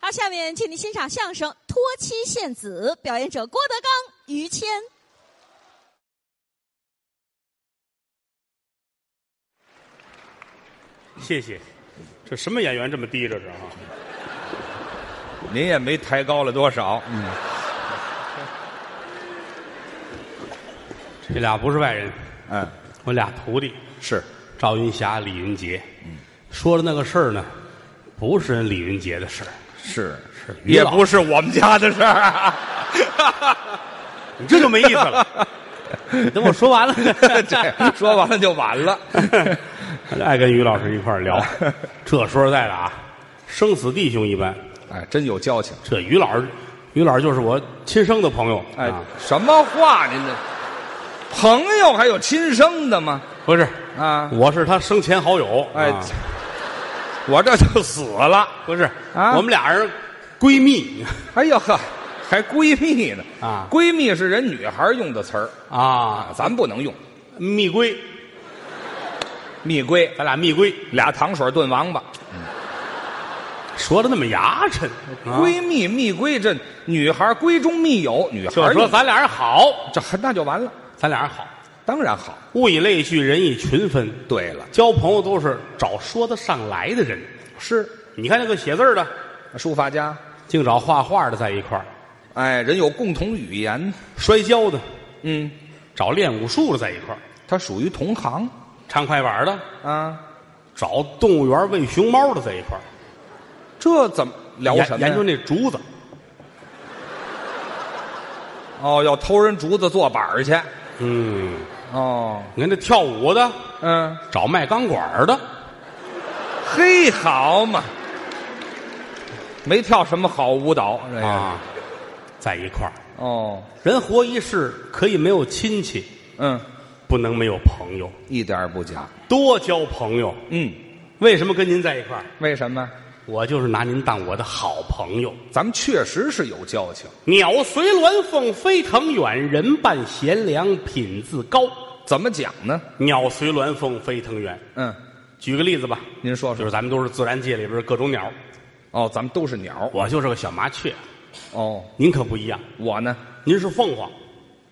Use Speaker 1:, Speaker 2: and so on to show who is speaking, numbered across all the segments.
Speaker 1: 好，下面请您欣赏相声《托妻献子》，表演者郭德纲、于谦。
Speaker 2: 谢谢。这什么演员这么低着是啊？
Speaker 3: 您也没抬高了多少，嗯，
Speaker 2: 这俩不是外人，
Speaker 3: 嗯，
Speaker 2: 我俩徒弟
Speaker 3: 是，
Speaker 2: 赵云霞、李云杰。说的那个事儿呢，不是人李云杰的事儿，
Speaker 3: 是是
Speaker 2: 于
Speaker 3: 也
Speaker 2: 老
Speaker 3: 不是我们家的事儿 啊。
Speaker 2: 你这就没意思 了。等我说完了，
Speaker 3: 这说完了就晚了。
Speaker 2: 爱跟于老师一块儿聊。这说实在的啊，生死弟兄一般。
Speaker 3: 哎，真有交情。
Speaker 2: 这于老师，于老师就是我亲生的朋友。
Speaker 3: 哎
Speaker 2: 啊，
Speaker 3: 什么话？您这朋友还有亲生的吗？
Speaker 2: 不是
Speaker 3: 啊，
Speaker 2: 我是他生前好友。
Speaker 3: 哎
Speaker 2: 啊
Speaker 3: 我这就 死了。
Speaker 2: 不是，
Speaker 3: 啊
Speaker 2: 我们俩人闺蜜
Speaker 3: 哎呦呵，还闺蜜呢
Speaker 2: 啊
Speaker 3: 闺蜜是人女孩用的词儿
Speaker 2: 啊，
Speaker 3: 咱不能用。
Speaker 2: 蜜闺，
Speaker 3: 蜜闺，
Speaker 2: 咱俩蜜闺，
Speaker 3: 俩糖水炖王八。
Speaker 2: 说的那么牙碜，啊
Speaker 3: 闺蜜蜜闺，这女孩闺中密友，女孩
Speaker 2: 就说
Speaker 3: 用
Speaker 2: 咱俩人好，
Speaker 3: 这那就完了。
Speaker 2: 咱俩人好，
Speaker 3: 当然好。
Speaker 2: 物以类聚，人以群分，
Speaker 3: 对了，
Speaker 2: 交朋友都是找说得上来的人。
Speaker 3: 是
Speaker 2: 你看那个写字儿的，
Speaker 3: 书法家，
Speaker 2: 净找画画的在一块儿，
Speaker 3: 哎，人有共同语言，
Speaker 2: 摔跤的
Speaker 3: 嗯，
Speaker 2: 找练武术的在一块儿，
Speaker 3: 他属于同行
Speaker 2: 唱快板的
Speaker 3: 啊。
Speaker 2: 找动物园喂熊猫的在一块儿，
Speaker 3: 这怎么聊
Speaker 2: 研
Speaker 3: 什么呀
Speaker 2: 研究那竹子，
Speaker 3: 哦，要偷人竹子做板儿去。
Speaker 2: 嗯，
Speaker 3: 哦，
Speaker 2: 你看那跳舞的
Speaker 3: 嗯，
Speaker 2: 找卖钢管儿的。
Speaker 3: 嘿，好嘛，没跳什么好舞蹈，这个、
Speaker 2: 啊，在一块儿。
Speaker 3: 哦，
Speaker 2: 人活一世，可以没有亲戚，
Speaker 3: 嗯，
Speaker 2: 不能没有朋友，
Speaker 3: 一点儿不假。
Speaker 2: 多交朋友。
Speaker 3: 嗯，
Speaker 2: 为什么跟您在一块儿？
Speaker 3: 为什么？
Speaker 2: 我就是拿您当我的好朋友。
Speaker 3: 咱们确实是有交情，
Speaker 2: 鸟随鸾凤飞腾远，人伴贤良品自高。
Speaker 3: 怎么讲呢？
Speaker 2: 鸟随鸾凤飞腾远。
Speaker 3: 嗯，
Speaker 2: 举个例子吧，
Speaker 3: 您说
Speaker 2: 就
Speaker 3: 说
Speaker 2: 是。咱们都是自然界里边儿各种鸟，
Speaker 3: 哦，咱们都是鸟。
Speaker 2: 我就是个小麻雀，
Speaker 3: 哦，
Speaker 2: 您可不一样，
Speaker 3: 我呢？
Speaker 2: 您是凤凰，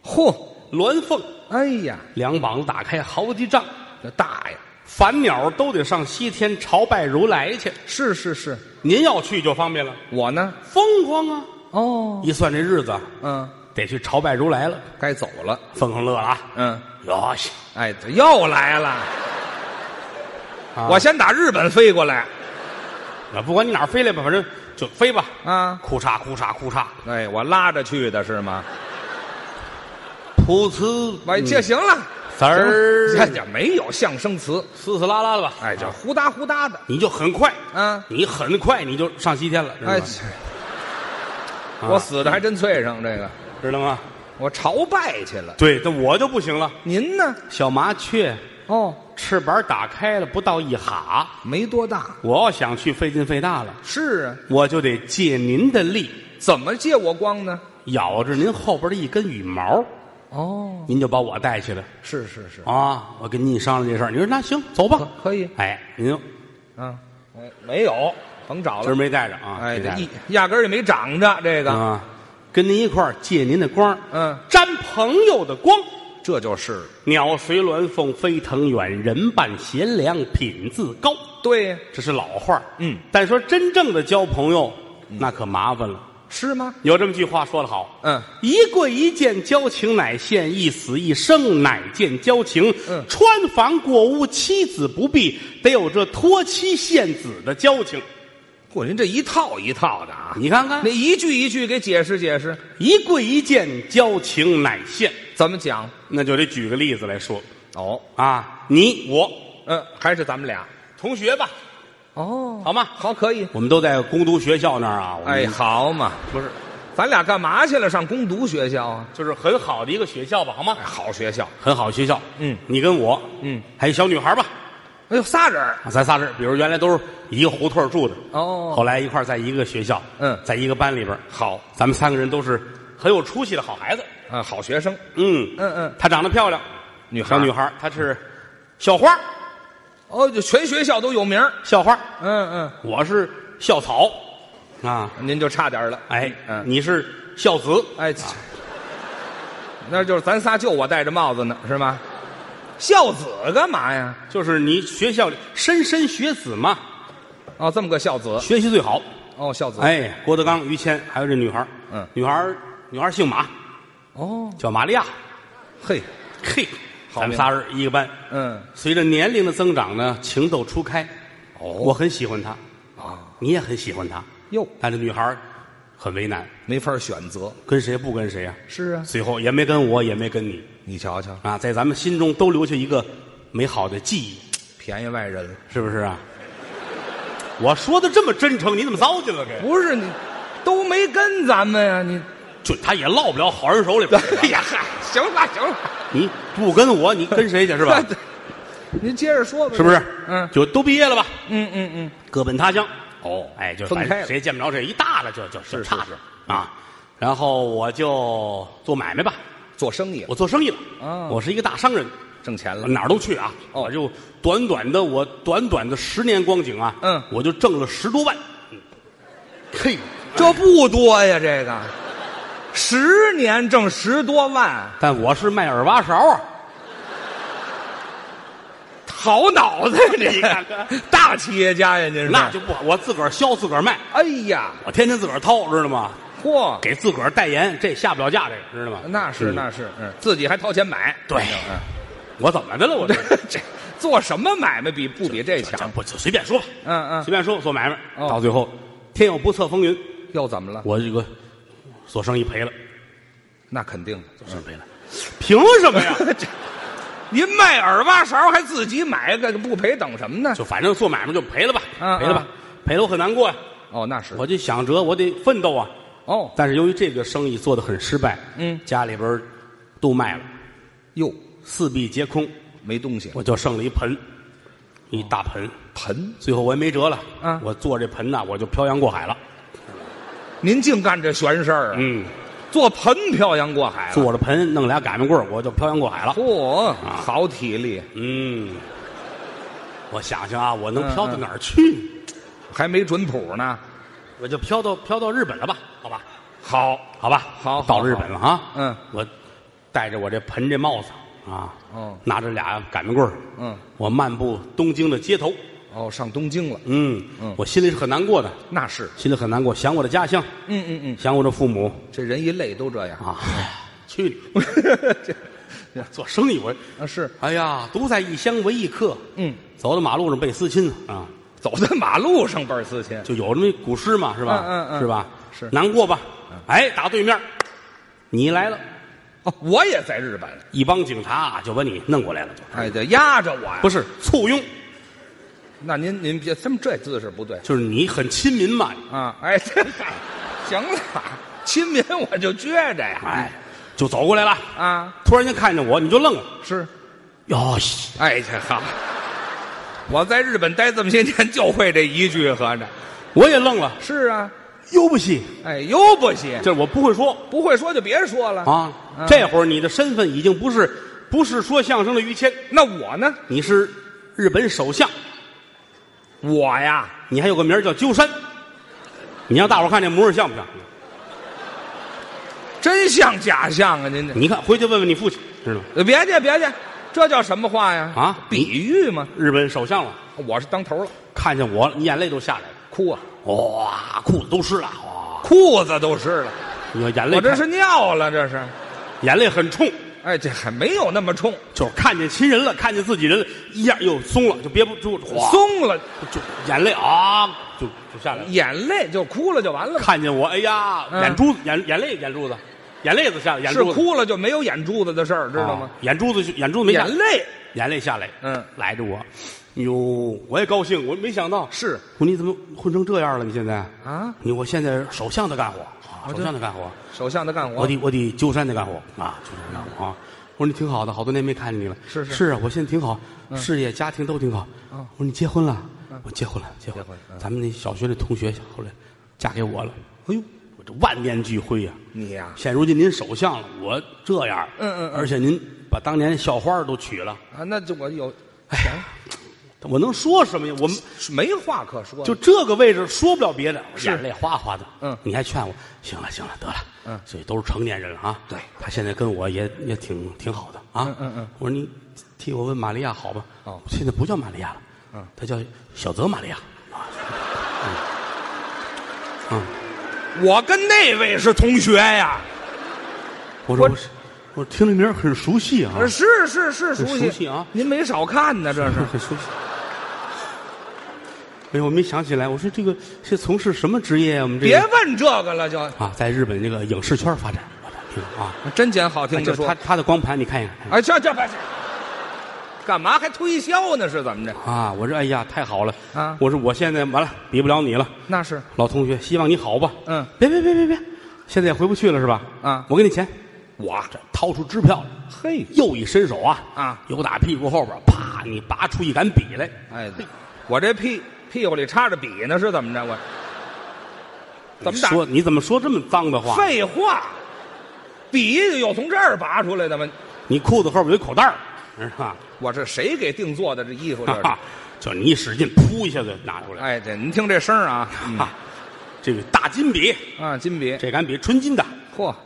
Speaker 3: 嚯，
Speaker 2: 鸾凤，
Speaker 3: 哎呀，
Speaker 2: 两膀子打开好几丈，
Speaker 3: 这大呀！
Speaker 2: 凡鸟都得上西天朝拜如来去。
Speaker 3: 是是是，
Speaker 2: 您要去就方便了，
Speaker 3: 我呢？
Speaker 2: 凤凰啊！
Speaker 3: 哦，
Speaker 2: 一算这日子，
Speaker 3: 嗯，
Speaker 2: 得去朝拜如来了。
Speaker 3: 该走了。
Speaker 2: 凤凰乐了啊，
Speaker 3: 嗯，
Speaker 2: 哟西，
Speaker 3: 哎，这又来了。
Speaker 2: 啊
Speaker 3: 我先打日本飞过来
Speaker 2: 啊不管你哪儿飞来吧，反正就飞吧。
Speaker 3: 啊。
Speaker 2: 哭嚓哭嚓哭嚓，
Speaker 3: 哎，我拉着去的是吗？
Speaker 2: 噗呲，
Speaker 3: 喂，这行了，
Speaker 2: 呲儿
Speaker 3: 这也没有相声词，
Speaker 2: 撕撕拉拉的吧？
Speaker 3: 哎，就
Speaker 2: 啊
Speaker 3: 呼哒呼哒的。
Speaker 2: 你就很快，
Speaker 3: 嗯
Speaker 2: 你很快你就上西天了，知道
Speaker 3: 哎
Speaker 2: 吗，？啊
Speaker 3: 我死的还真脆生这个，
Speaker 2: 知道吗？
Speaker 3: 我朝拜去了。
Speaker 2: 对，但我就不行了。
Speaker 3: 您呢？
Speaker 2: 小麻雀
Speaker 3: 哦，
Speaker 2: 翅膀打开了，不到一哈，
Speaker 3: 没多大。
Speaker 2: 我要想去费劲费大了，
Speaker 3: 是啊，
Speaker 2: 我就得借您的力，
Speaker 3: 怎么借我光呢？
Speaker 2: 咬着您后边的一根羽毛，
Speaker 3: 哦，
Speaker 2: 您就把我带去了
Speaker 3: 是是是，
Speaker 2: 啊！我跟你商量这事儿，你说那行，走吧
Speaker 3: 可，可以
Speaker 2: 哎，您
Speaker 3: 啊，哎没有，甭找
Speaker 2: 今儿
Speaker 3: 了。
Speaker 2: 没带着啊，
Speaker 3: 哎，
Speaker 2: 没
Speaker 3: 这
Speaker 2: 带着
Speaker 3: 一压根儿也没长着这个。
Speaker 2: 啊，跟您一块儿借您的光，
Speaker 3: 嗯，
Speaker 2: 沾朋友的光。
Speaker 3: 这就是
Speaker 2: 鸟随鸾凤飞腾远，人伴贤良品自高，
Speaker 3: 对呀，
Speaker 2: 这是老话儿
Speaker 3: 嗯，
Speaker 2: 但说真正的交朋友，那可麻烦了。
Speaker 3: 是吗？
Speaker 2: 有这么句话说得好，
Speaker 3: 嗯，
Speaker 2: 一跪一见交情乃现，一死一生乃见交情。
Speaker 3: 嗯
Speaker 2: 穿房过屋，妻子不避，得有这托妻献子的交情。
Speaker 3: 嚯，您这一套一套的啊，
Speaker 2: 你看看
Speaker 3: 那，一句一句给解释解释，
Speaker 2: 一跪一见交情乃现，
Speaker 3: 怎么讲？
Speaker 2: 那就得举个例子来说
Speaker 3: 哦，
Speaker 2: 啊，你我
Speaker 3: 嗯，还是咱们俩。
Speaker 2: 同学吧，
Speaker 3: 哦，
Speaker 2: 好吗？
Speaker 3: 好，可以。
Speaker 2: 我们都在工读学校那儿啊，我们
Speaker 3: 哎，好嘛，
Speaker 2: 不是，
Speaker 3: 咱俩干嘛去了？上攻读学校啊？
Speaker 2: 就是很好的一个学校吧，好吗
Speaker 3: 哎，？好学校。
Speaker 2: 很好的学校，
Speaker 3: 嗯
Speaker 2: 你跟我，
Speaker 3: 嗯，
Speaker 2: 还有小女孩吧，啊
Speaker 3: 哎呦，仨人儿
Speaker 2: 咱仨人，比如原来都是一个胡同住的，
Speaker 3: 哦
Speaker 2: 后来一块儿在一个学校，
Speaker 3: 嗯
Speaker 2: 在一个班里边儿，
Speaker 3: 好
Speaker 2: 咱们三个人都是很有出息的好孩子，
Speaker 3: 啊，好学生，
Speaker 2: 嗯
Speaker 3: 嗯嗯
Speaker 2: 她长得漂亮，
Speaker 3: 女孩
Speaker 2: 小女孩
Speaker 3: 孩。
Speaker 2: 儿，她是校花，
Speaker 3: 哦，就全学校都有名儿
Speaker 2: 校花，
Speaker 3: 嗯嗯，
Speaker 2: 我是校草，啊，
Speaker 3: 您就差点了。
Speaker 2: 哎，
Speaker 3: 嗯，
Speaker 2: 你是孝子，
Speaker 3: 哎，切那就是咱仨就我戴着帽子呢，是吗？孝子干嘛呀？
Speaker 2: 就是你学校里莘莘学子嘛，
Speaker 3: 哦，这么个孝子，
Speaker 2: 学习最好。
Speaker 3: 哦，孝子，，
Speaker 2: 哎，郭德纲、于谦，还有这女孩儿
Speaker 3: 嗯
Speaker 2: 女孩儿女孩儿姓马，
Speaker 3: 哦，
Speaker 2: 叫玛利亚。
Speaker 3: 嘿，
Speaker 2: 嘿，咱
Speaker 3: 好
Speaker 2: 们
Speaker 3: 名
Speaker 2: 仨人一个班。
Speaker 3: 嗯，
Speaker 2: 随着年龄的增长呢，情窦初开。
Speaker 3: 哦
Speaker 2: 我很喜欢她，
Speaker 3: 啊，
Speaker 2: 你也很喜欢她，
Speaker 3: 哟，
Speaker 2: 但这女孩儿很为难，
Speaker 3: 没法选择，
Speaker 2: 跟谁不跟谁啊？
Speaker 3: 是啊，
Speaker 2: 最后也没跟我，也没跟你
Speaker 3: 你瞧瞧，
Speaker 2: 啊，在咱们心中都留下一个美好的记忆，
Speaker 3: 便宜外人了。
Speaker 2: 是不是啊？我说的这么真诚，你怎么糟践了？给
Speaker 3: 不是你，都没跟咱们呀、你。
Speaker 2: 准他也落不了好人手里 边。
Speaker 3: 哎呀，嗨，行了行了，
Speaker 2: 你不跟我，你跟谁去是吧？
Speaker 3: 您接着说吧，
Speaker 2: 是不是？
Speaker 3: 嗯
Speaker 2: 就都毕业了吧，
Speaker 3: 嗯嗯嗯，
Speaker 2: 各奔他乡。
Speaker 3: 哦
Speaker 2: 哎，就
Speaker 3: 分
Speaker 2: 反
Speaker 3: 开
Speaker 2: 正
Speaker 3: 了，
Speaker 2: 谁也见不着谁，一大了就就就是差
Speaker 3: 是
Speaker 2: 啊。然后我就做买卖吧，
Speaker 3: 做生意了
Speaker 2: 我做生意了。
Speaker 3: 啊
Speaker 2: 我是一个大商人，
Speaker 3: 挣钱了，
Speaker 2: 哪儿都去啊。
Speaker 3: 哦
Speaker 2: 我就短短的我短短的十年光景啊，
Speaker 3: 嗯
Speaker 2: 我就挣了十多万。嗯嘿，
Speaker 3: 这不多呀，这个十年挣十多万，
Speaker 2: 但我是卖耳挖勺啊，
Speaker 3: 好脑子呀，
Speaker 2: 你
Speaker 3: 你
Speaker 2: 看看
Speaker 3: 大企业家呀，您是
Speaker 2: 那就不好，我自个儿削自个儿卖，
Speaker 3: 哎呀，
Speaker 2: 我啊天天自个儿掏，知道吗？
Speaker 3: 嚯，
Speaker 2: 给自个儿代言，这下不了架，这个知道吗？
Speaker 3: 那是
Speaker 2: 嗯
Speaker 3: 那是，嗯，自己还掏钱买，
Speaker 2: 对
Speaker 3: 嗯
Speaker 2: 我怎么的了？我这
Speaker 3: 这 这做什么买卖比不比这强？
Speaker 2: 不随便说吧，
Speaker 3: 嗯嗯
Speaker 2: 随便说做买卖，
Speaker 3: 哦
Speaker 2: 到最后天有不测风云，
Speaker 3: 又怎么了？
Speaker 2: 我这个做生意赔了，
Speaker 3: 那肯定的。
Speaker 2: 做生意赔了，凭什 么呀？
Speaker 3: 您卖耳挖勺还自己买，个不赔等什么呢？
Speaker 2: 就反正做买卖就赔了吧，
Speaker 3: 嗯
Speaker 2: 赔了吧，赔了我很难过呀。
Speaker 3: 哦，那是
Speaker 2: 我就想着我得奋斗啊，
Speaker 3: 哦
Speaker 2: 但是由于这个生意做的很失败，
Speaker 3: 嗯
Speaker 2: 家里边儿都卖了，
Speaker 3: 哟，
Speaker 2: 四壁皆空，
Speaker 3: 没东西，
Speaker 2: 我就剩了一盆，一大盆。
Speaker 3: 盆。
Speaker 2: 最后我也没辙了，
Speaker 3: 嗯
Speaker 2: 我做这盆呐，我就漂洋过海了，
Speaker 3: 您净干这玄事儿啊？
Speaker 2: 嗯，
Speaker 3: 做盆漂洋过海了，
Speaker 2: 做了盆，弄俩擀面棍儿我就漂洋过海了。
Speaker 3: 嚯，好体力，
Speaker 2: 嗯，我想想啊，我能飘到哪儿去
Speaker 3: 嗯
Speaker 2: 呢？
Speaker 3: 还没准谱呢。
Speaker 2: 我就飘到飘到日本了吧？好吧，
Speaker 3: 好，
Speaker 2: 好吧，
Speaker 3: 好好
Speaker 2: 到日本了啊。
Speaker 3: 嗯，
Speaker 2: 我戴着我这盆这帽子啊，
Speaker 3: 哦
Speaker 2: 拿着俩擀面棍儿，
Speaker 3: 嗯，
Speaker 2: 我漫步东京的街头，
Speaker 3: 哦，上东京了，
Speaker 2: 嗯，我心里是很难过的，
Speaker 3: 那是，
Speaker 2: 心里很难过，想我的家乡，
Speaker 3: 嗯嗯嗯，
Speaker 2: 想我的父母
Speaker 3: 这人一累都这样，
Speaker 2: 啊，去你！我做生意我，
Speaker 3: 啊 是，
Speaker 2: 哎呀，独在异乡为异客，
Speaker 3: 嗯，
Speaker 2: 走到马路上被思亲啊。
Speaker 3: 走在马路上倍儿自信，
Speaker 2: 就有这么一古诗嘛，是吧？
Speaker 3: 嗯嗯嗯
Speaker 2: 是吧？
Speaker 3: 是嗯
Speaker 2: 难过吧？哎，打对面，你来了，
Speaker 3: 哦，我也在日本，
Speaker 2: 一帮警察就把你弄过来了，就
Speaker 3: 哎，得压着我呀。
Speaker 2: 不
Speaker 3: 是，
Speaker 2: 是簇拥，
Speaker 3: 那您您别这么这姿势不对
Speaker 2: 就是你很亲民嘛。
Speaker 3: 啊，哎， 这行了，亲民我就撅着呀，
Speaker 2: 哎，就走过来了，
Speaker 3: 啊，
Speaker 2: 突然间看见我，你就愣了。
Speaker 3: 是，
Speaker 2: 哟西，
Speaker 3: 哎，这好，我在日本待这么些年就会这一句，合着
Speaker 2: 我也愣了。
Speaker 3: 是啊，
Speaker 2: 哟不西，
Speaker 3: 哎，又不行，
Speaker 2: 这我不会说
Speaker 3: 不会说就别说了。
Speaker 2: 啊。
Speaker 3: 嗯
Speaker 2: 这会儿你的身份已经不是不是说相声的于谦，
Speaker 3: 那我呢？
Speaker 2: 你是日本首相，
Speaker 3: 我呀，
Speaker 2: 你还有个名儿叫鸠山。你让大伙儿看这模样像不像？
Speaker 3: 真像假像啊！您这
Speaker 2: 你看回去问问你父亲，知道吗？
Speaker 3: 呃别介别介，这叫什么话呀？
Speaker 2: 啊
Speaker 3: 比喻嘛。
Speaker 2: 日本首相了。
Speaker 3: 我是当头了，
Speaker 2: 看见我，你眼泪都下来了，
Speaker 3: 哭啊，
Speaker 2: 哇，裤子都湿了，哇，
Speaker 3: 裤子都湿了，
Speaker 2: 你看眼泪
Speaker 3: 我这
Speaker 2: 看
Speaker 3: 是尿了，这是。
Speaker 2: 眼泪很冲，
Speaker 3: 哎，这还没有那么冲，
Speaker 2: 就是看见亲人了，看见自己人了，一下又松了，就憋不住，哗，
Speaker 3: 松了，
Speaker 2: 就眼泪啊，就就下来了。
Speaker 3: 眼泪就哭了就完了嘛。
Speaker 2: 看见我，哎呀，
Speaker 3: 嗯
Speaker 2: 眼珠子，眼眼泪，眼珠子，眼泪子下来，眼
Speaker 3: 是
Speaker 2: 珠子
Speaker 3: 哭了就没有眼珠子的事儿，知道
Speaker 2: 啊？
Speaker 3: 吗
Speaker 2: 眼珠子就眼珠子没下
Speaker 3: 眼
Speaker 2: 来，
Speaker 3: 泪
Speaker 2: 眼泪下来，
Speaker 3: 嗯
Speaker 2: 来着我，哟，我也高兴，我没想到，
Speaker 3: 是
Speaker 2: 我说你怎么混成这样了？你现在
Speaker 3: 啊，
Speaker 2: 你我现在首相的干活，啊
Speaker 3: 我
Speaker 2: 首
Speaker 3: 这
Speaker 2: 相的干活，
Speaker 3: 首相的干活
Speaker 2: 我。得我得鸠山的干活啊，鸠山干活啊。我说你挺好的，好多年没看见你了。
Speaker 3: 是是
Speaker 2: 啊，我现在挺好，事业家庭都挺好。
Speaker 3: 嗯
Speaker 2: 我说你结婚了？我结婚了，结婚
Speaker 3: 结婚嗯
Speaker 2: 咱们那小学那同学后来嫁给我了，
Speaker 3: 哎呦，
Speaker 2: 我这万念俱灰呀、
Speaker 3: 你呀，
Speaker 2: 现如今您首相了，我这样，
Speaker 3: 嗯嗯嗯
Speaker 2: 而且您把当年校花都娶了，
Speaker 3: 啊，那就我有，
Speaker 2: 哎呀，我能说什么呀？我们
Speaker 3: 是没话可说了。
Speaker 2: 就这个位置说不了别的，哦眼泪哗哗的。
Speaker 3: 嗯
Speaker 2: 你还劝我，行了行了，得了。
Speaker 3: 嗯
Speaker 2: 所以都是成年人了啊。
Speaker 3: 对
Speaker 2: 他现在跟我也也挺挺好的啊。
Speaker 3: 嗯嗯嗯
Speaker 2: 我说你替我问玛利亚好吧？
Speaker 3: 哦
Speaker 2: 现在不叫玛利亚了，嗯，他叫小泽玛利亚。
Speaker 3: 哦
Speaker 2: 啊嗯，嗯
Speaker 3: 我跟那位是同学呀，
Speaker 2: 我说
Speaker 3: 我
Speaker 2: 我是我听这名儿很熟悉啊，
Speaker 3: 是是是熟
Speaker 2: 熟悉啊
Speaker 3: 您没少看呢，这是。
Speaker 2: 很熟悉。哎呦，我没想起来，我说这个是从事什么职业啊？我们这
Speaker 3: 别
Speaker 2: 个
Speaker 3: 问这个了，就
Speaker 2: 啊，在日本这个影视圈发展，我这听啊。
Speaker 3: 真捡好听
Speaker 2: 就
Speaker 3: 的
Speaker 2: 是
Speaker 3: 说
Speaker 2: 他。他的光盘，你看一看
Speaker 3: 哎，这这不是，干嘛还推销呢？是怎么着？
Speaker 2: 啊！我说哎呀，太好了
Speaker 3: 啊
Speaker 2: 我说我现在完了，比不了你了，
Speaker 3: 那是
Speaker 2: 老同学，希望你好吧。
Speaker 3: 嗯，
Speaker 2: 别别别别别，现在也回不去了是吧？
Speaker 3: 啊
Speaker 2: 我给你钱，
Speaker 3: 我
Speaker 2: 掏出支票，
Speaker 3: 嘿，
Speaker 2: 又一伸手啊
Speaker 3: 啊，
Speaker 2: 由打屁股后边，啪，你拔出一杆笔来，
Speaker 3: 哎，我这屁屁股里插着笔呢，是怎么着？我怎么
Speaker 2: 你
Speaker 3: 打？
Speaker 2: 说你怎么说这么脏的话？
Speaker 3: 废话，笔有从这儿拔出来的吗？
Speaker 2: 你裤子后边有一口袋儿，知道吧？
Speaker 3: 我这谁给定做的这衣服这
Speaker 2: 哈
Speaker 3: 是？
Speaker 2: 哈，就你一使劲，噗一下就拿出来，
Speaker 3: 哎，这您听这声儿 啊，嗯
Speaker 2: 啊，这个大金笔，
Speaker 3: 啊，金笔，
Speaker 2: 这杆笔纯金的，
Speaker 3: 嚯，
Speaker 2: 啊，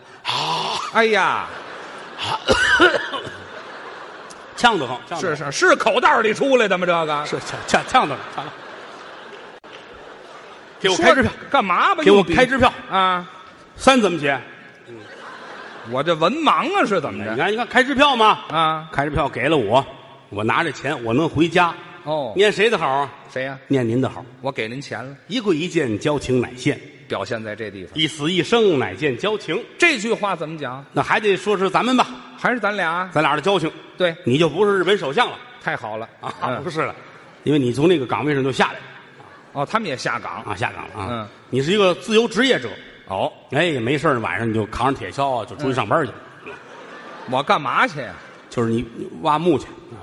Speaker 3: 哎呀，
Speaker 2: 呛得慌，呛得慌
Speaker 3: 是是是口袋里出来的吗？这个
Speaker 2: 是呛呛呛到了，呛到了。给我开支票，
Speaker 3: 干嘛吧？
Speaker 2: 给我
Speaker 3: 用笔
Speaker 2: 开支票，
Speaker 3: 啊！
Speaker 2: 三怎么写？
Speaker 3: 我这文盲啊，是怎
Speaker 2: 你
Speaker 3: 么着
Speaker 2: 看，你看，开支票吗？
Speaker 3: 啊？
Speaker 2: 开支票给了我，我拿着钱，我能回家。
Speaker 3: 哦，
Speaker 2: 念谁的好啊？
Speaker 3: 谁呀、
Speaker 2: 念您的好。
Speaker 3: 我给您钱了，
Speaker 2: 一跪一见，交情乃现；
Speaker 3: 表现在这地方。
Speaker 2: 一死一生，乃见交情。
Speaker 3: 这句话怎么讲？
Speaker 2: 那还得说是咱们吧，
Speaker 3: 还是咱俩？
Speaker 2: 咱俩的交情。
Speaker 3: 对，
Speaker 2: 你就不是日本首相了
Speaker 3: 太好了
Speaker 2: 啊，
Speaker 3: 嗯
Speaker 2: 不是了，因为你从那个岗位上就下来了
Speaker 3: 哦，他们也下岗。
Speaker 2: 啊，下岗了啊。
Speaker 3: 嗯，
Speaker 2: 你是一个自由职业者，
Speaker 3: 哦，
Speaker 2: 哎，没事儿晚上你就扛着铁锹啊，就
Speaker 3: 嗯
Speaker 2: 出去上班去。
Speaker 3: 我干嘛去呀、
Speaker 2: 就是你挖墓去啊，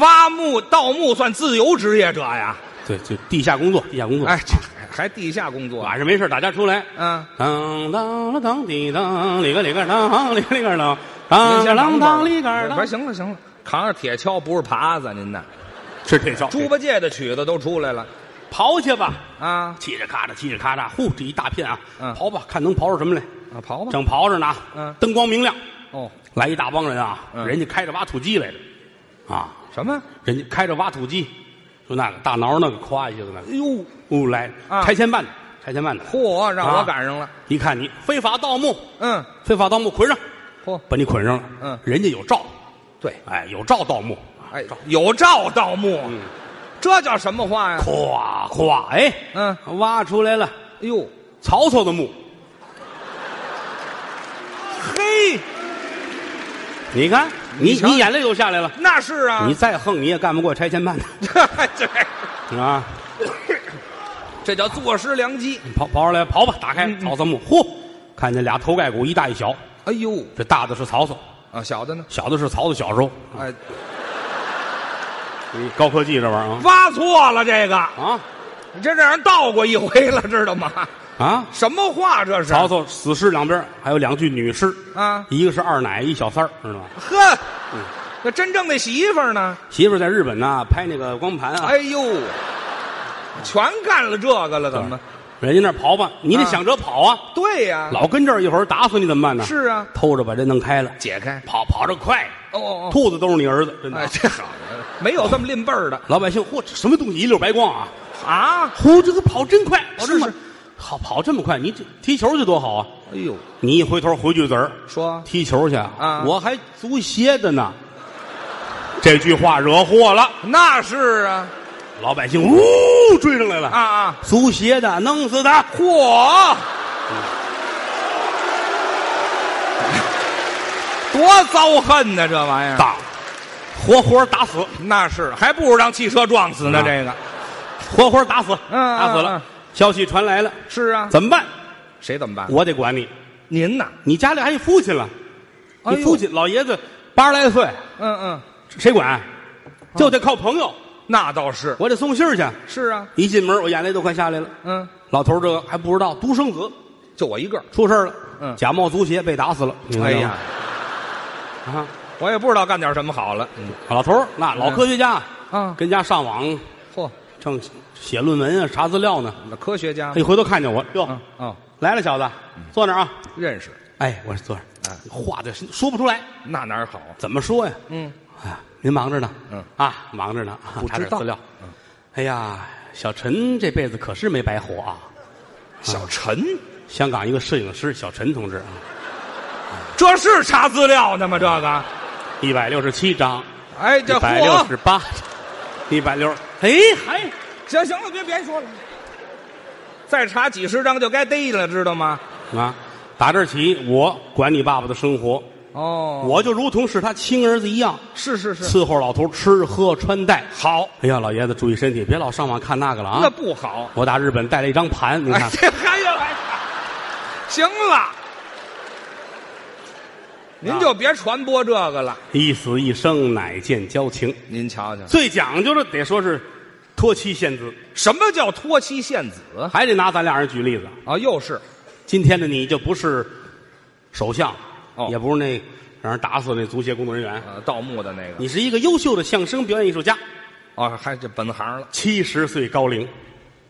Speaker 3: 挖墓、盗墓算自由职业者呀？
Speaker 2: 对，就地下工作，地下工作。
Speaker 3: 哎，这还地下工作？啊
Speaker 2: 晚上没事，大家出来，
Speaker 3: 嗯，
Speaker 2: 当当了当滴当，里个里个当，里个里个当，当
Speaker 3: 先
Speaker 2: 当
Speaker 3: 等会儿
Speaker 2: 当啊里个
Speaker 3: 不是，
Speaker 2: 当，
Speaker 3: 哎行了行了，扛着铁锹不是耙子，您呐，
Speaker 2: 是铁锹，
Speaker 3: 猪八戒的曲子都出来了
Speaker 2: 刨去吧，
Speaker 3: 啊！
Speaker 2: 嘁哩咔嚓，嘁哩咔嚓，呼，这一大片啊，
Speaker 3: 嗯
Speaker 2: 刨吧，看能刨出什么来，
Speaker 3: 啊，刨吧。
Speaker 2: 正刨着呢啊，
Speaker 3: 嗯
Speaker 2: 灯光明亮，
Speaker 3: 哦，
Speaker 2: 来一大帮人啊，
Speaker 3: 嗯
Speaker 2: 人家开着挖土机来着，啊，
Speaker 3: 什么？
Speaker 2: 人家开着挖土机，就那个大挠那个，夸一下子那个，
Speaker 3: 哎呦，
Speaker 2: 呜来
Speaker 3: 啊
Speaker 2: 拆迁办的，拆迁办的，
Speaker 3: 嚯，让
Speaker 2: 啊
Speaker 3: 我赶上了。
Speaker 2: 一看你非法盗墓，
Speaker 3: 嗯，
Speaker 2: 非法盗墓捆上，
Speaker 3: 嚯，
Speaker 2: 把你捆上了。
Speaker 3: 嗯
Speaker 2: 人家有照，
Speaker 3: 对，
Speaker 2: 哎，有照盗墓，
Speaker 3: 哎，有照盗墓，
Speaker 2: 嗯
Speaker 3: 这叫什么话呀？
Speaker 2: 咵咵，哎，
Speaker 3: 嗯，
Speaker 2: 挖出来了
Speaker 3: 哎呦，
Speaker 2: 曹操的墓。
Speaker 3: 嘿，
Speaker 2: 你看，你
Speaker 3: 你瞧
Speaker 2: 你眼泪都下来了。
Speaker 3: 那是啊，
Speaker 2: 你再横，你也干不过拆迁办的
Speaker 3: 这
Speaker 2: 啊！
Speaker 3: 这叫坐失良机。
Speaker 2: 刨刨出来，刨吧，打开
Speaker 3: 嗯嗯
Speaker 2: 曹操墓，嚯，看见俩头盖骨，一大一小。
Speaker 3: 哎呦，
Speaker 2: 这大的是曹操，
Speaker 3: 啊，小的呢？
Speaker 2: 小的是曹操小时候。
Speaker 3: 哎，
Speaker 2: 你高科技这玩意儿
Speaker 3: 挖错了这个，
Speaker 2: 啊
Speaker 3: 你这让人倒过一回了，知道吗？
Speaker 2: 啊啊！
Speaker 3: 什么话这是？
Speaker 2: 曹操死尸两边还有两具女尸
Speaker 3: 啊
Speaker 2: 一个是二奶，一小三儿，知道吗？
Speaker 3: 呵，那真正的媳妇儿呢？
Speaker 2: 媳妇儿在日本呢，拍那个光盘啊，
Speaker 3: 哎呦，全干了这个了，怎么？
Speaker 2: 人家那儿刨吧，你得想着跑啊，
Speaker 3: 对呀，
Speaker 2: 老跟这儿一会儿打死你怎么办呢？
Speaker 3: 是啊，
Speaker 2: 偷着把这弄开了，
Speaker 3: 解开。
Speaker 2: 跑跑着快，
Speaker 3: 哦哦哦，
Speaker 2: 兔子都是你儿子，真的
Speaker 3: 哎，
Speaker 2: 啊。
Speaker 3: 这好，没有这么拎辈儿的
Speaker 2: 老百姓，嚯，这什么东西一溜白光啊！
Speaker 3: 啊。
Speaker 2: 嚯，这个跑真快，跑这么
Speaker 3: 是是
Speaker 2: 好跑这么快，你这踢球去多好啊！
Speaker 3: 哎呦，
Speaker 2: 你一回头回句子儿，
Speaker 3: 说
Speaker 2: 踢球去
Speaker 3: 啊
Speaker 2: 我还足协的呢。这句话惹祸了，
Speaker 3: 那是啊
Speaker 2: 老百姓呜追上来了
Speaker 3: 啊！啊！
Speaker 2: 足协的弄死他！
Speaker 3: 嚯，多遭恨呐、这玩意儿
Speaker 2: 当，活活打死，
Speaker 3: 那是还不如让汽车撞死呢。
Speaker 2: 啊
Speaker 3: 这个
Speaker 2: 活活打死，
Speaker 3: 嗯
Speaker 2: 打死
Speaker 3: 嗯
Speaker 2: 了
Speaker 3: 嗯。
Speaker 2: 消息传来了，
Speaker 3: 是啊，
Speaker 2: 怎么办？
Speaker 3: 谁怎么办？
Speaker 2: 我得管你。
Speaker 3: 您呐？
Speaker 2: 你家里还有父亲了，
Speaker 3: 哎
Speaker 2: 你
Speaker 3: 呦
Speaker 2: 父亲老爷子八十来岁，
Speaker 3: 嗯嗯，
Speaker 2: 谁管？就得靠朋友。
Speaker 3: 那倒是
Speaker 2: 我得送信儿去。
Speaker 3: 是啊，
Speaker 2: 一进门，我眼泪都快下来了。
Speaker 3: 嗯，
Speaker 2: 老头儿这个还不知道，独生子
Speaker 3: 就我一个。
Speaker 2: 出事儿了，
Speaker 3: 嗯
Speaker 2: 假冒足协被打死了。你看
Speaker 3: 哎
Speaker 2: 见
Speaker 3: 呀
Speaker 2: 吗，啊！
Speaker 3: 我也不知道干点什么好了。嗯
Speaker 2: 老头儿那老科学家，
Speaker 3: 啊
Speaker 2: 跟家上网
Speaker 3: 嚯，
Speaker 2: 正写论文啊，查资料呢。
Speaker 3: 那科学家
Speaker 2: 他一回头看见我，哟，
Speaker 3: 啊哦，
Speaker 2: 来了，小子，
Speaker 3: 嗯
Speaker 2: 坐那儿啊！
Speaker 3: 认识，
Speaker 2: 哎，我说坐那儿
Speaker 3: 啊，
Speaker 2: 话得说不出来，
Speaker 3: 那哪儿好？
Speaker 2: 怎么说呀？
Speaker 3: 嗯，
Speaker 2: 哎呀，您忙着呢，
Speaker 3: 嗯
Speaker 2: 啊，忙着呢，啊
Speaker 3: 不
Speaker 2: 查
Speaker 3: 知
Speaker 2: 点
Speaker 3: 道
Speaker 2: 资料。哎呀，小陈这辈子可是没白活啊！
Speaker 3: 小陈，
Speaker 2: 香港一个摄影师小陈同志啊，
Speaker 3: 这是查资料呢吗？这个，
Speaker 2: 一百六十七张，
Speaker 3: 哎，
Speaker 2: 一
Speaker 3: 这
Speaker 2: 百六
Speaker 3: 嚯，
Speaker 2: 十八，一百六，哎，还
Speaker 3: 行行了，别别说了，再查几十张就该逮了，知道吗？
Speaker 2: 啊，打这儿起，我管你爸爸的生活，
Speaker 3: 哦，
Speaker 2: 我就如同是他亲儿子一样，
Speaker 3: 是是是，
Speaker 2: 伺候老头吃喝穿戴。
Speaker 3: 好，
Speaker 2: 哎呀，老爷子注意身体，别老上网看那个了
Speaker 3: 那
Speaker 2: 啊！
Speaker 3: 不好。
Speaker 2: 我打日本带了一张盘，你看
Speaker 3: 哎，，这还有来，行了，
Speaker 2: 啊
Speaker 3: 您就别传播这个了。
Speaker 2: 一死一生乃见交情。
Speaker 3: 您瞧瞧，
Speaker 2: 最讲究的得说是托妻献子，
Speaker 3: 什么叫托妻献子
Speaker 2: 还得拿咱俩人举例子。
Speaker 3: 啊？又是
Speaker 2: 今天的你就不是首相，
Speaker 3: 哦
Speaker 2: 也不是那让人打死那足协工作人员，
Speaker 3: 呃，盗墓的那个
Speaker 2: 你是一个优秀的相声表演艺术家，
Speaker 3: 哦，还这本行了
Speaker 2: 七十岁高龄，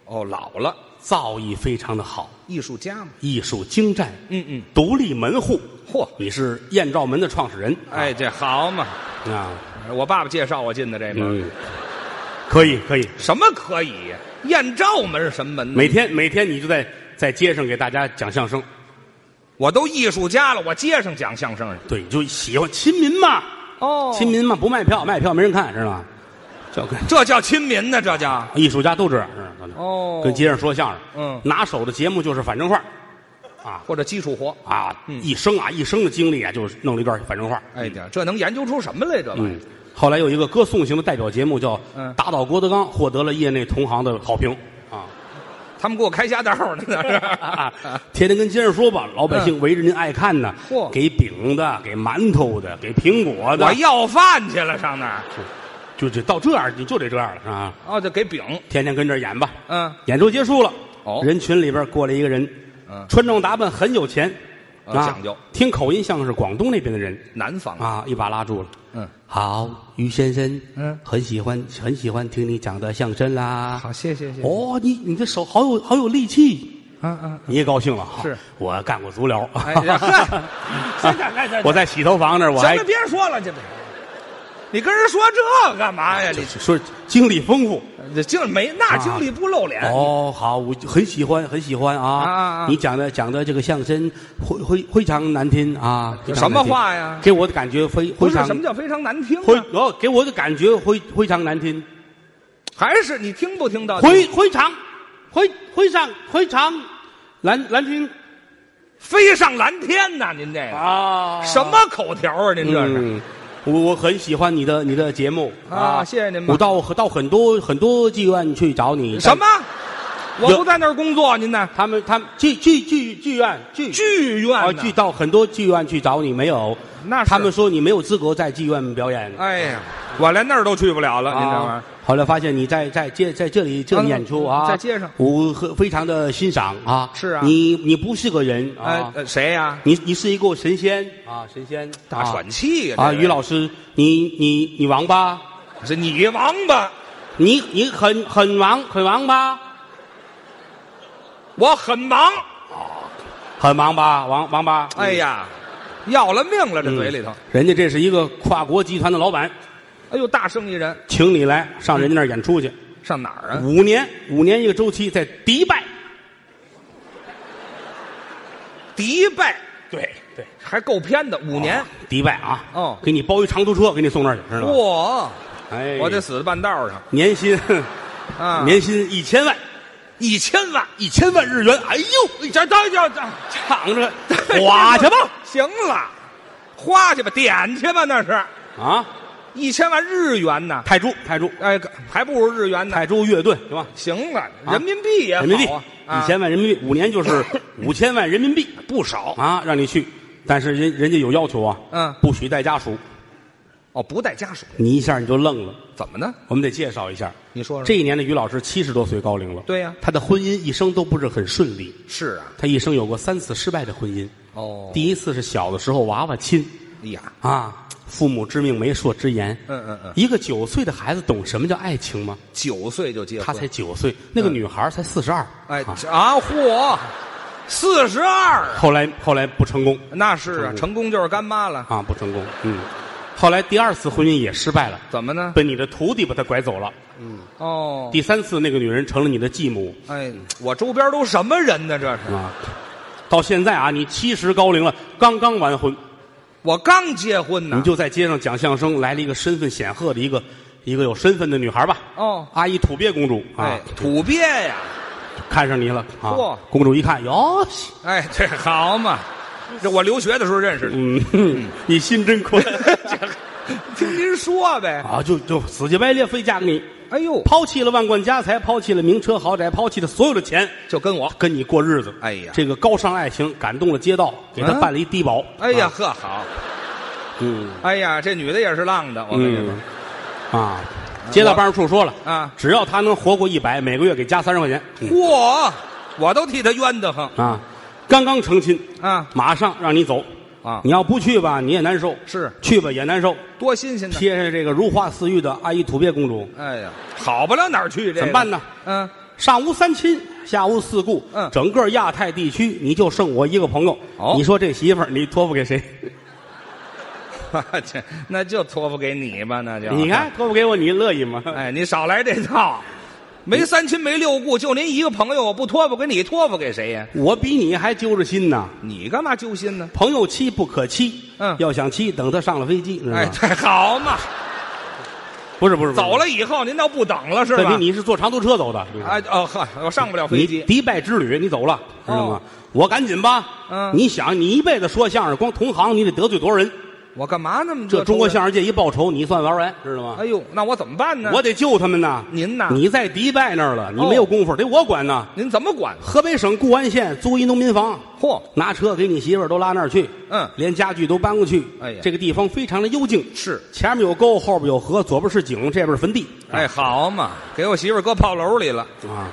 Speaker 3: 哦，老了，
Speaker 2: 造诣非常的好，
Speaker 3: 艺术家嘛。
Speaker 2: 艺术精湛，
Speaker 3: 嗯嗯，
Speaker 2: 独立门户，
Speaker 3: 嚯，
Speaker 2: 你是燕赵门的创始人，
Speaker 3: 哎，这好嘛！
Speaker 2: 啊，
Speaker 3: 我爸爸介绍我进的这门，
Speaker 2: 嗯，可以可以，
Speaker 3: 什么可以呀？燕赵门是什么门呢？
Speaker 2: 每天每天你就在在街上给大家讲相声，
Speaker 3: 我都艺术家了，我街上讲相声去。
Speaker 2: 对，你就喜欢亲民嘛，
Speaker 3: 哦
Speaker 2: 亲民嘛，不卖票，卖票没人看，知道吗？就跟
Speaker 3: 这叫亲民呢，这叫
Speaker 2: 艺术家都这样，知道吗
Speaker 3: 哦
Speaker 2: 跟街上说相声，
Speaker 3: 嗯
Speaker 2: 拿手的节目就是反正话，
Speaker 3: 或者基础活。
Speaker 2: 啊，
Speaker 3: 嗯
Speaker 2: 一生啊，一生的经历啊，就是弄了一段反正话，
Speaker 3: 哎呀，这能研究出什么来？这玩意
Speaker 2: 嗯。后来有一个歌颂型的代表节目叫
Speaker 3: 嗯
Speaker 2: 《打倒郭德纲》，获得了业内同行的好评啊
Speaker 3: 儿他们给我开虾道呢，那是。
Speaker 2: 啊！ 天天跟街上说吧，老百姓围着您爱看呢
Speaker 3: 嗯嚯，哎
Speaker 2: 给饼的，给馒头的，给苹果的
Speaker 3: 我，要饭去了，上那儿
Speaker 2: 就就到这样，你就得这样了啊！
Speaker 3: 哦，就给饼，
Speaker 2: 天天跟这儿演吧，
Speaker 3: 嗯
Speaker 2: 演出结束了，
Speaker 3: 哦
Speaker 2: 人群里边过来一个人，
Speaker 3: 嗯
Speaker 2: 穿着打扮很有钱，
Speaker 3: 啊讲究，嗯
Speaker 2: 听口音像是广东那边的人
Speaker 3: 南方，
Speaker 2: 啊，一把拉住了。
Speaker 3: 嗯，
Speaker 2: 好，于先生，
Speaker 3: 嗯
Speaker 2: 很喜欢，很喜欢听你讲的相声啦。
Speaker 3: 好，谢谢谢谢，
Speaker 2: 哦，你你的手好有好有力气，
Speaker 3: 嗯嗯，
Speaker 2: 你也高兴了哈
Speaker 3: 是
Speaker 2: 我干过足疗，
Speaker 3: 哎 呀，嗨现在来这，
Speaker 2: 啊我在洗头房那儿，我还
Speaker 3: 行了，别说了，这不，你跟人说这干嘛呀？
Speaker 2: 就
Speaker 3: 你
Speaker 2: 是说经历丰富。
Speaker 3: 这经没那经历不露脸，
Speaker 2: 哦，好，我很喜欢，很喜欢
Speaker 3: 啊啊
Speaker 2: 啊
Speaker 3: 啊！
Speaker 2: 你讲的讲的这个相声非非非常难听啊，非常难听
Speaker 3: 什么话呀
Speaker 2: 给我的感觉非
Speaker 3: 不
Speaker 2: 非
Speaker 3: 是
Speaker 2: 常
Speaker 3: 什么叫非常难听啊？
Speaker 2: 非哦，给我的感觉非非常难听，
Speaker 3: 还是你听不听到？
Speaker 2: 非非常非非常非常难难听
Speaker 3: 飞上蓝天呐！您这个
Speaker 2: 啊！
Speaker 3: 什么口条啊？您这是
Speaker 2: 嗯，我我很喜欢你的你的节目
Speaker 3: 啊谢谢您吧
Speaker 2: 我到到很多很多剧院去找你。
Speaker 3: 什么？我
Speaker 2: 有
Speaker 3: 不在那儿工作，您呢？
Speaker 2: 他们他们剧剧剧剧院剧
Speaker 3: 哦剧院
Speaker 2: 啊
Speaker 3: 呢
Speaker 2: 剧到很多剧院去找你没有？
Speaker 3: 那是
Speaker 2: 他们说你没有资格在剧院表演。
Speaker 3: 哎呀，哦我连那儿都去不了了，您这玩意儿
Speaker 2: 啊。后来发现你在在街在这里这里
Speaker 3: 嗯
Speaker 2: 演出啊，
Speaker 3: 在街上
Speaker 2: 我很非常的欣赏啊。
Speaker 3: 是啊
Speaker 2: 你你不是个人啊
Speaker 3: 哎，，呃谁呀？
Speaker 2: 你你是一个神仙啊，神仙
Speaker 3: 大
Speaker 2: 啊
Speaker 3: 喘气呀
Speaker 2: 啊！
Speaker 3: 这位
Speaker 2: 于老师，你你你王八，
Speaker 3: 是你王八，
Speaker 2: 你你很很忙很忙吧？
Speaker 3: 我很忙。
Speaker 2: 很忙吧，王王八。
Speaker 3: 哎呀，要了命了，这
Speaker 2: 嗯，
Speaker 3: 嘴里头。
Speaker 2: 人家这是一个跨国集团的老板，
Speaker 3: 哎呦，大生意人
Speaker 2: 请你来上人家那儿演出去，
Speaker 3: 上哪儿啊？
Speaker 2: 五年五年一个周期，在迪拜。
Speaker 3: 迪拜
Speaker 2: 对对，
Speaker 3: 还够偏的，五年。
Speaker 2: 迪拜啊，
Speaker 3: 哦
Speaker 2: 给你包一长途车，给你送那儿去，知道吗？
Speaker 3: 哇，
Speaker 2: 哎，
Speaker 3: 我得死在半道上
Speaker 2: 年薪，
Speaker 3: 啊！
Speaker 2: 年薪一千万，
Speaker 3: 一千万，
Speaker 2: 一千万日元。哎呦，
Speaker 3: 这这这这，
Speaker 2: 躺着花去 吧
Speaker 3: 行了，花去吧，点去吧，那是
Speaker 2: 啊！
Speaker 3: 一千万日元呢。
Speaker 2: 泰铢，泰铢，
Speaker 3: 哎，还不如日元呢。
Speaker 2: 泰铢乐盾行吧？
Speaker 3: 行了，人民币也好啊
Speaker 2: 人民币
Speaker 3: 啊
Speaker 2: 一千万人民币，五年就是 五千万人民币，不少啊！让你去，但是人人家有要求啊，
Speaker 3: 嗯
Speaker 2: 不许带家属。
Speaker 3: 哦，不带家属，
Speaker 2: 你一下你就愣了，
Speaker 3: 怎么呢？
Speaker 2: 我们得介绍一下，
Speaker 3: 你说说
Speaker 2: 这一年的于老师七十多岁高龄了，
Speaker 3: 嗯对呀
Speaker 2: 他的婚姻一生都不是很顺利，
Speaker 3: 是啊，
Speaker 2: 他一生有过三次失败的婚姻。
Speaker 3: 哦，
Speaker 2: 第一次是小的时候娃娃亲
Speaker 3: 哎呀，
Speaker 2: 啊，父母之命媒妁之言。
Speaker 3: 嗯嗯嗯
Speaker 2: 一个九岁的孩子懂什么叫爱情吗？
Speaker 3: 九岁就结婚，
Speaker 2: 他才九岁，那
Speaker 3: 嗯
Speaker 2: 个女孩儿才四十二。
Speaker 3: 哎
Speaker 2: 啊
Speaker 3: 啊嚯，四十二，
Speaker 2: 后来后来不成功
Speaker 3: 那是
Speaker 2: 成
Speaker 3: 啊，
Speaker 2: 功
Speaker 3: 成功就是干妈了。
Speaker 2: 啊，不成功。嗯，后来第二次婚姻也失败了，
Speaker 3: 怎么呢？
Speaker 2: 被你的徒弟把她拐走了。
Speaker 3: 哦，
Speaker 2: 第三次那个女人成了你的继母
Speaker 3: 哎，我周边都什么人呢？这是
Speaker 2: 啊。到现在啊，你七十高龄了，刚刚完婚，
Speaker 3: 我刚结婚呢
Speaker 2: 你。就在街上讲相声，来了一个身份显赫的一个一个有身份的女孩吧，
Speaker 3: 哦，
Speaker 2: 阿依土鳖公主啊
Speaker 3: 哎，，土鳖呀，
Speaker 2: 看上你了啊
Speaker 3: 嚯！
Speaker 2: 公主一看，哟，西
Speaker 3: 哎， 这好嘛，这我留学的时候认识的，
Speaker 2: 嗯，哼你心真 宽
Speaker 3: 听您说呗。
Speaker 2: 啊！就就死乞白赖非嫁给你，
Speaker 3: 哎呦，
Speaker 2: 抛弃了万贯家财，抛弃了名车豪宅，抛弃了所有的钱，
Speaker 3: 就跟我，
Speaker 2: 跟你过日子。
Speaker 3: 哎呀
Speaker 2: 这个高尚爱情感动了街道，给他
Speaker 3: 啊
Speaker 2: 办了一低保。
Speaker 3: 哎呀
Speaker 2: 啊，
Speaker 3: 呵好，
Speaker 2: 嗯
Speaker 3: 哎呀，这女的也是浪的，我跟你
Speaker 2: 嗯
Speaker 3: 说，
Speaker 2: 啊，街道办事处说了
Speaker 3: 啊
Speaker 2: 只要他能活过一百，每个月给加三十块钱。嗯
Speaker 3: 嚯，我都替她冤得慌
Speaker 2: 啊，刚刚成亲，
Speaker 3: 啊
Speaker 2: 马上让你走。
Speaker 3: 啊
Speaker 2: 你！要不去吧，你也难受；
Speaker 3: 是
Speaker 2: 去吧，也难受。
Speaker 3: 多新鲜呢！
Speaker 2: 贴上这个如花似玉的阿依土鳖公主，
Speaker 3: 哎呀，好不了哪儿去，这个
Speaker 2: 怎么办呢？
Speaker 3: 嗯，
Speaker 2: 上无三亲，下无四故，
Speaker 3: 嗯
Speaker 2: 整个亚太地区你就剩我一个朋友。
Speaker 3: 哦
Speaker 2: 你说这媳妇儿你托付给谁？
Speaker 3: 这那就托付给你吧，那就
Speaker 2: 你看，托付给我，你乐意吗？
Speaker 3: 哎，你少来这套，没三亲没六故，就您一个朋友，我不托付给你，托付给谁呀？
Speaker 2: 我比你还揪着心呢。
Speaker 3: 你干嘛揪心呢？
Speaker 2: 朋友妻不可欺，
Speaker 3: 嗯
Speaker 2: 要想欺，等他上了飞机，知道吗
Speaker 3: 哎，这好嘛，
Speaker 2: 不是不是，不是
Speaker 3: 走，了以后您倒不等了是
Speaker 2: 这
Speaker 3: 吧？
Speaker 2: 你你是坐长途车走的，你
Speaker 3: 哎哦呵，我上不了飞
Speaker 2: 你
Speaker 3: 机，
Speaker 2: 迪拜之旅，你走了，知道吗
Speaker 3: 哦？
Speaker 2: 我赶紧吧。
Speaker 3: 嗯
Speaker 2: 你想，你一辈子说相声，光同行你得得罪多少人？
Speaker 3: 我干嘛那么
Speaker 2: 这
Speaker 3: 多
Speaker 2: 中国
Speaker 3: 仇
Speaker 2: 相
Speaker 3: 人？
Speaker 2: 声界一报仇，你算玩完，知道吗
Speaker 3: 哎？呦，那我怎么办呢？
Speaker 2: 我得救他们呐！
Speaker 3: 您呐
Speaker 2: 你在迪拜那儿了，你
Speaker 3: 哦
Speaker 2: 没有功夫，得我管呐。
Speaker 3: 您怎么管？
Speaker 2: 河北省固安县租一农民房，
Speaker 3: 嚯，
Speaker 2: 拿车给你媳妇儿都拉那儿去，
Speaker 3: 嗯
Speaker 2: 连家具都搬过去。
Speaker 3: 哎呀
Speaker 2: 这个地方非常的幽静，
Speaker 3: 是
Speaker 2: 前面有沟，后边有河，左边是井，这边是坟地。
Speaker 3: 哎，好嘛，给我媳妇儿搁炮楼里了，
Speaker 2: 啊，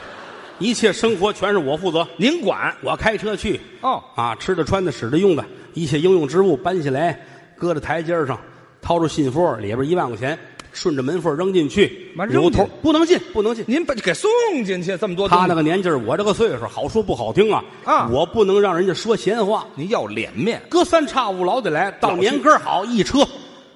Speaker 2: 一切生活全是我负责，
Speaker 3: 您管
Speaker 2: 我开车去。
Speaker 3: 哦。
Speaker 2: 啊，吃的、穿的、使的、用的，一切应用之物搬起来，搁在台阶上，掏出信封，里边一万块钱，顺着门缝扔进去，
Speaker 3: 妈扔
Speaker 2: 扭头
Speaker 3: 进去
Speaker 2: 不能进，不能进。
Speaker 3: 您把给送进去这么多东
Speaker 2: 他
Speaker 3: 西，
Speaker 2: 那个年纪儿，我这个岁数，好说不好听啊，
Speaker 3: 啊
Speaker 2: 我不能让人家说闲话，
Speaker 3: 您要脸面，
Speaker 2: 隔三差五老得来，到年根儿好一车，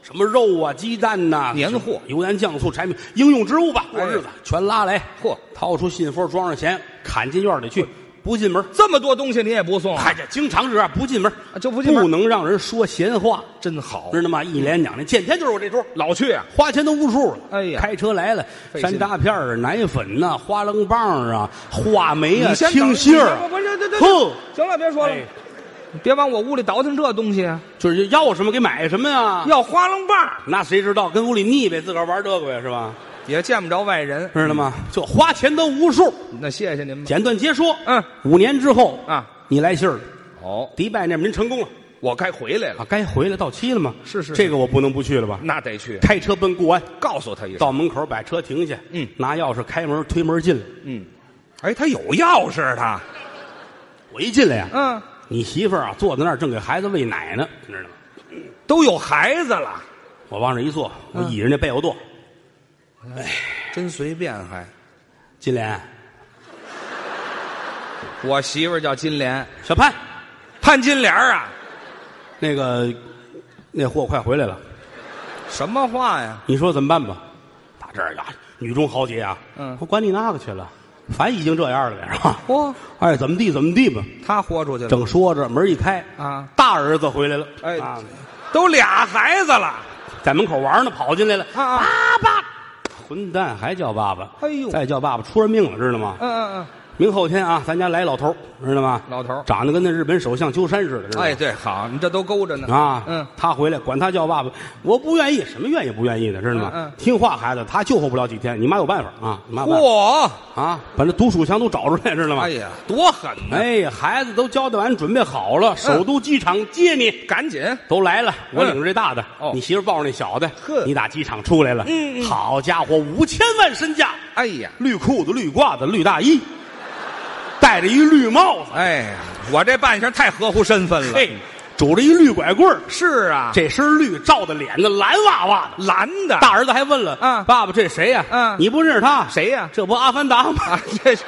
Speaker 2: 什么肉啊、鸡蛋呐、
Speaker 3: 年货
Speaker 2: 油盐酱醋、柴米应用之物吧，过
Speaker 3: 哎
Speaker 2: 日子、全拉来，
Speaker 3: 嚯
Speaker 2: 掏出信封装上钱，砍进院里去，不进门。
Speaker 3: 这么多东西您也不送啊，
Speaker 2: 哎呀，经常是这样，不进门
Speaker 3: 啊就不进门哦
Speaker 2: 不能让人说闲话。
Speaker 3: 真好
Speaker 2: 知道吗？一连两年，见天就是我这桌，
Speaker 3: 老去啊，
Speaker 2: 花钱都无数了。
Speaker 3: 哎呀
Speaker 2: 开车来了，
Speaker 3: 费心
Speaker 2: 山楂片儿啊、奶粉呐、花楞棒儿啊、话梅啊、
Speaker 3: 你先
Speaker 2: 清心儿
Speaker 3: 不
Speaker 2: 啊，
Speaker 3: 不是，对对
Speaker 2: 哼
Speaker 3: 对，行了，别说了
Speaker 2: 哎，
Speaker 3: 别往我屋里倒腾这东西啊，
Speaker 2: 就是要什么给买什么呀。
Speaker 3: 要花楞棒
Speaker 2: 那谁知道跟屋里腻呗，自个儿玩这个呀，是吧？
Speaker 3: 也见不着外人，
Speaker 2: 知道吗？就花钱都无数。
Speaker 3: 那谢谢您吧。
Speaker 2: 简短截说，
Speaker 3: 嗯，
Speaker 2: 五年之后
Speaker 3: 啊，
Speaker 2: 你来信儿了，
Speaker 3: 哦，
Speaker 2: 迪拜那边您成功了
Speaker 3: 我该回来了，
Speaker 2: 啊，该回来到期了吗？
Speaker 3: 是嗯是是
Speaker 2: 这个我不能不去了吧？
Speaker 3: 那得去
Speaker 2: 开车奔固安，
Speaker 3: 告诉他一声。
Speaker 2: 到门口把车停下，
Speaker 3: 嗯
Speaker 2: 拿钥匙开门推门进来。
Speaker 3: 嗯，哎，他有钥匙，他，
Speaker 2: 我一进来呀、
Speaker 3: 嗯，
Speaker 2: 你媳妇儿啊坐在那儿正给孩子喂奶呢，你知道吗？
Speaker 3: 都有孩子了，
Speaker 2: 我往这一坐，
Speaker 3: 嗯
Speaker 2: 我倚着那被窝坐，
Speaker 3: 真随便还。
Speaker 2: 金莲、
Speaker 3: 我媳妇儿叫金莲，
Speaker 2: 小潘，
Speaker 3: 潘金莲儿啊，
Speaker 2: 那个那货快回来了，
Speaker 3: 什么话呀？
Speaker 2: 你说怎么办吧？打这儿呀，女中豪杰啊，
Speaker 3: 嗯
Speaker 2: 我管你那个去了，反正已经这样了，是吧？
Speaker 3: 嚯，
Speaker 2: 爱怎么地怎么地吧。
Speaker 3: 他豁出去了，
Speaker 2: 正说着，门一开，
Speaker 3: 啊，
Speaker 2: 大儿子回来了，
Speaker 3: 哎
Speaker 2: 啊，
Speaker 3: 都俩孩子了，
Speaker 2: 在门口玩呢，跑进来了，
Speaker 3: 啊啊！
Speaker 2: 混蛋还叫爸爸，
Speaker 3: 哎呦
Speaker 2: 再叫爸爸出人命了，知道吗？
Speaker 3: 嗯嗯
Speaker 2: 明后天啊，咱家来老头儿，知道吗？
Speaker 3: 老头儿
Speaker 2: 长得跟那日本首相鸠山似的，知
Speaker 3: 嗯，
Speaker 2: 道吗
Speaker 3: 哎，对，好，你这都勾着呢
Speaker 2: 啊，
Speaker 3: 嗯，
Speaker 2: 他回来管他叫爸爸，我不愿意，什么愿意不愿意的，知道吗？
Speaker 3: 嗯嗯
Speaker 2: 听话孩子，他救活不了几天，你妈有办法啊，你妈有办法
Speaker 3: 嚯，
Speaker 2: 啊，把那毒鼠强都找出来，知道吗
Speaker 3: 哎？呀，多狠呐！
Speaker 2: 哎，孩子都交代完，准备好了，首都机场接你。
Speaker 3: 赶紧，
Speaker 2: 都来了，我
Speaker 3: 嗯
Speaker 2: 领着这大的，
Speaker 3: 哦
Speaker 2: 你媳妇抱着那小的，
Speaker 3: 呵
Speaker 2: 你打机场出来了，
Speaker 3: 嗯嗯
Speaker 2: 好家伙，五千万身价，
Speaker 3: 哎呀，
Speaker 2: 绿裤子、绿褂子、绿大衣，戴着一绿帽子，
Speaker 3: 哎呀，我这扮相太合乎身份了，
Speaker 2: 嘿，拄着一绿拐棍儿，
Speaker 3: 是啊，
Speaker 2: 这身绿照的脸那蓝哇哇的。
Speaker 3: 蓝的
Speaker 2: 大儿子还问了：“
Speaker 3: 啊
Speaker 2: 爸爸，这谁呀？”
Speaker 3: 嗯
Speaker 2: 你不认识他？
Speaker 3: 谁呀
Speaker 2: 这不阿凡达吗？
Speaker 3: 啊，这去